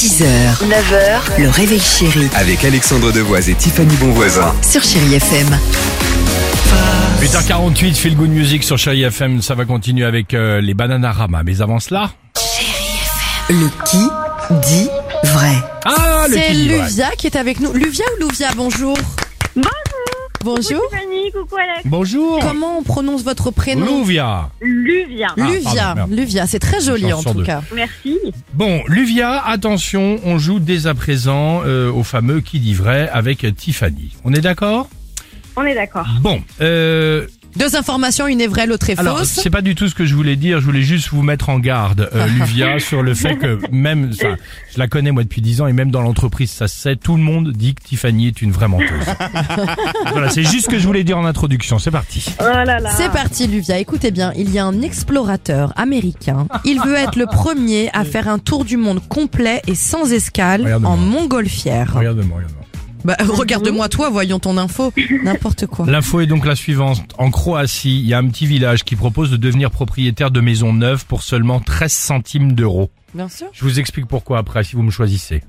6h, 9h, le réveil chéri Avec Alexandre Devoise et Tiffany Bonvoisin. sur Chérie FM. 8h48, Feel Good Music sur Chéri FM, ça va continuer avec euh, les Bananarama. Mais avant cela... Le qui dit vrai. Ah, le C'est petit livre. Luvia qui est avec nous. Luvia ou Louvia, bonjour. Bonjour. Bonjour. Tiffany, coucou Alex. Bonjour Comment on prononce votre prénom Louvia Luvia. Ah, Luvia. pardon, merde. Luvia, c'est très joli J'en en sors tout deux. cas. Merci. Bon, Luvia, attention, on joue dès à présent euh, au fameux qui dit vrai avec Tiffany. On est d'accord On est d'accord. Bon, euh, Deux informations, une est vraie, l'autre est alors fausse. c'est pas du tout ce que je voulais dire, je voulais juste vous mettre en garde, euh, Luvia, sur le fait que même, ça, je la connais moi depuis 10 ans et même dans l'entreprise ça se sait, tout le monde dit que Tiffany est une vraie menteuse. voilà, c'est juste ce que je voulais dire en introduction, c'est parti. Oh là là. C'est parti Luvia, écoutez bien, il y a un explorateur américain. Il veut être le premier à faire un tour du monde complet et sans escale Regarde-moi. en montgolfière. Regarde-moi, regarde-moi. Bah, regarde-moi toi, voyons ton info. N'importe quoi. L'info est donc la suivante. En Croatie, il y a un petit village qui propose de devenir propriétaire de maisons neuves pour seulement 13 centimes d'euros. Bien sûr. Je vous explique pourquoi après si vous me choisissez.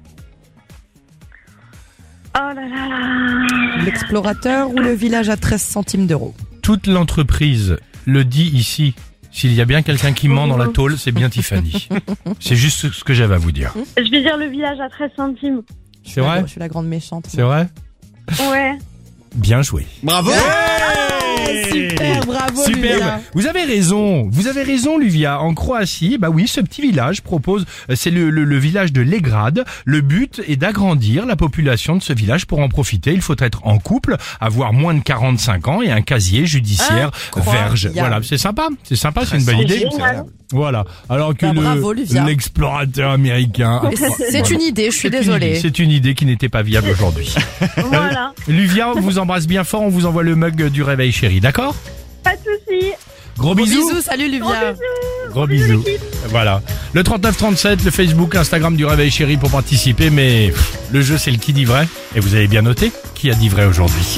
Oh là là là. L'explorateur ou le village à 13 centimes d'euros. Toute l'entreprise le dit ici. S'il y a bien quelqu'un qui ment dans la tôle, c'est bien Tiffany. C'est juste ce que j'avais à vous dire. Je vais dire le village à 13 centimes. C'est vrai Je suis la grande méchante. C'est vrai Ouais. Bien joué. Bravo Super, bravo Superbe. Vous avez raison. Vous avez raison, Luvia. En Croatie, bah oui, ce petit village propose, euh, c'est le, le- le village de Legrad. Le but est d'agrandir la population de ce village pour en profiter. Il faut être en couple, avoir moins de 45 ans et un casier judiciaire verge. Incroyable. Voilà, c'est sympa. C'est sympa, c'est une bonne idée. Voilà. Alors que Bah, le- bravo, Luvia. l'explorateur américain. C'est une idée, je suis idée, désolée. C'est une idée qui n'était pas viable aujourd'hui. Voilà. Luvia, on vous embrasse bien fort. On vous envoie le mug du réveil chéri, d'accord Pas de soucis. Gros bisous. Bisous, salut Luvia. Gros bisous. Voilà. Le 3937, le Facebook, Instagram du Réveil Chéri pour participer, mais pff, le jeu c'est le qui dit vrai. Et vous avez bien noté qui a dit vrai aujourd'hui.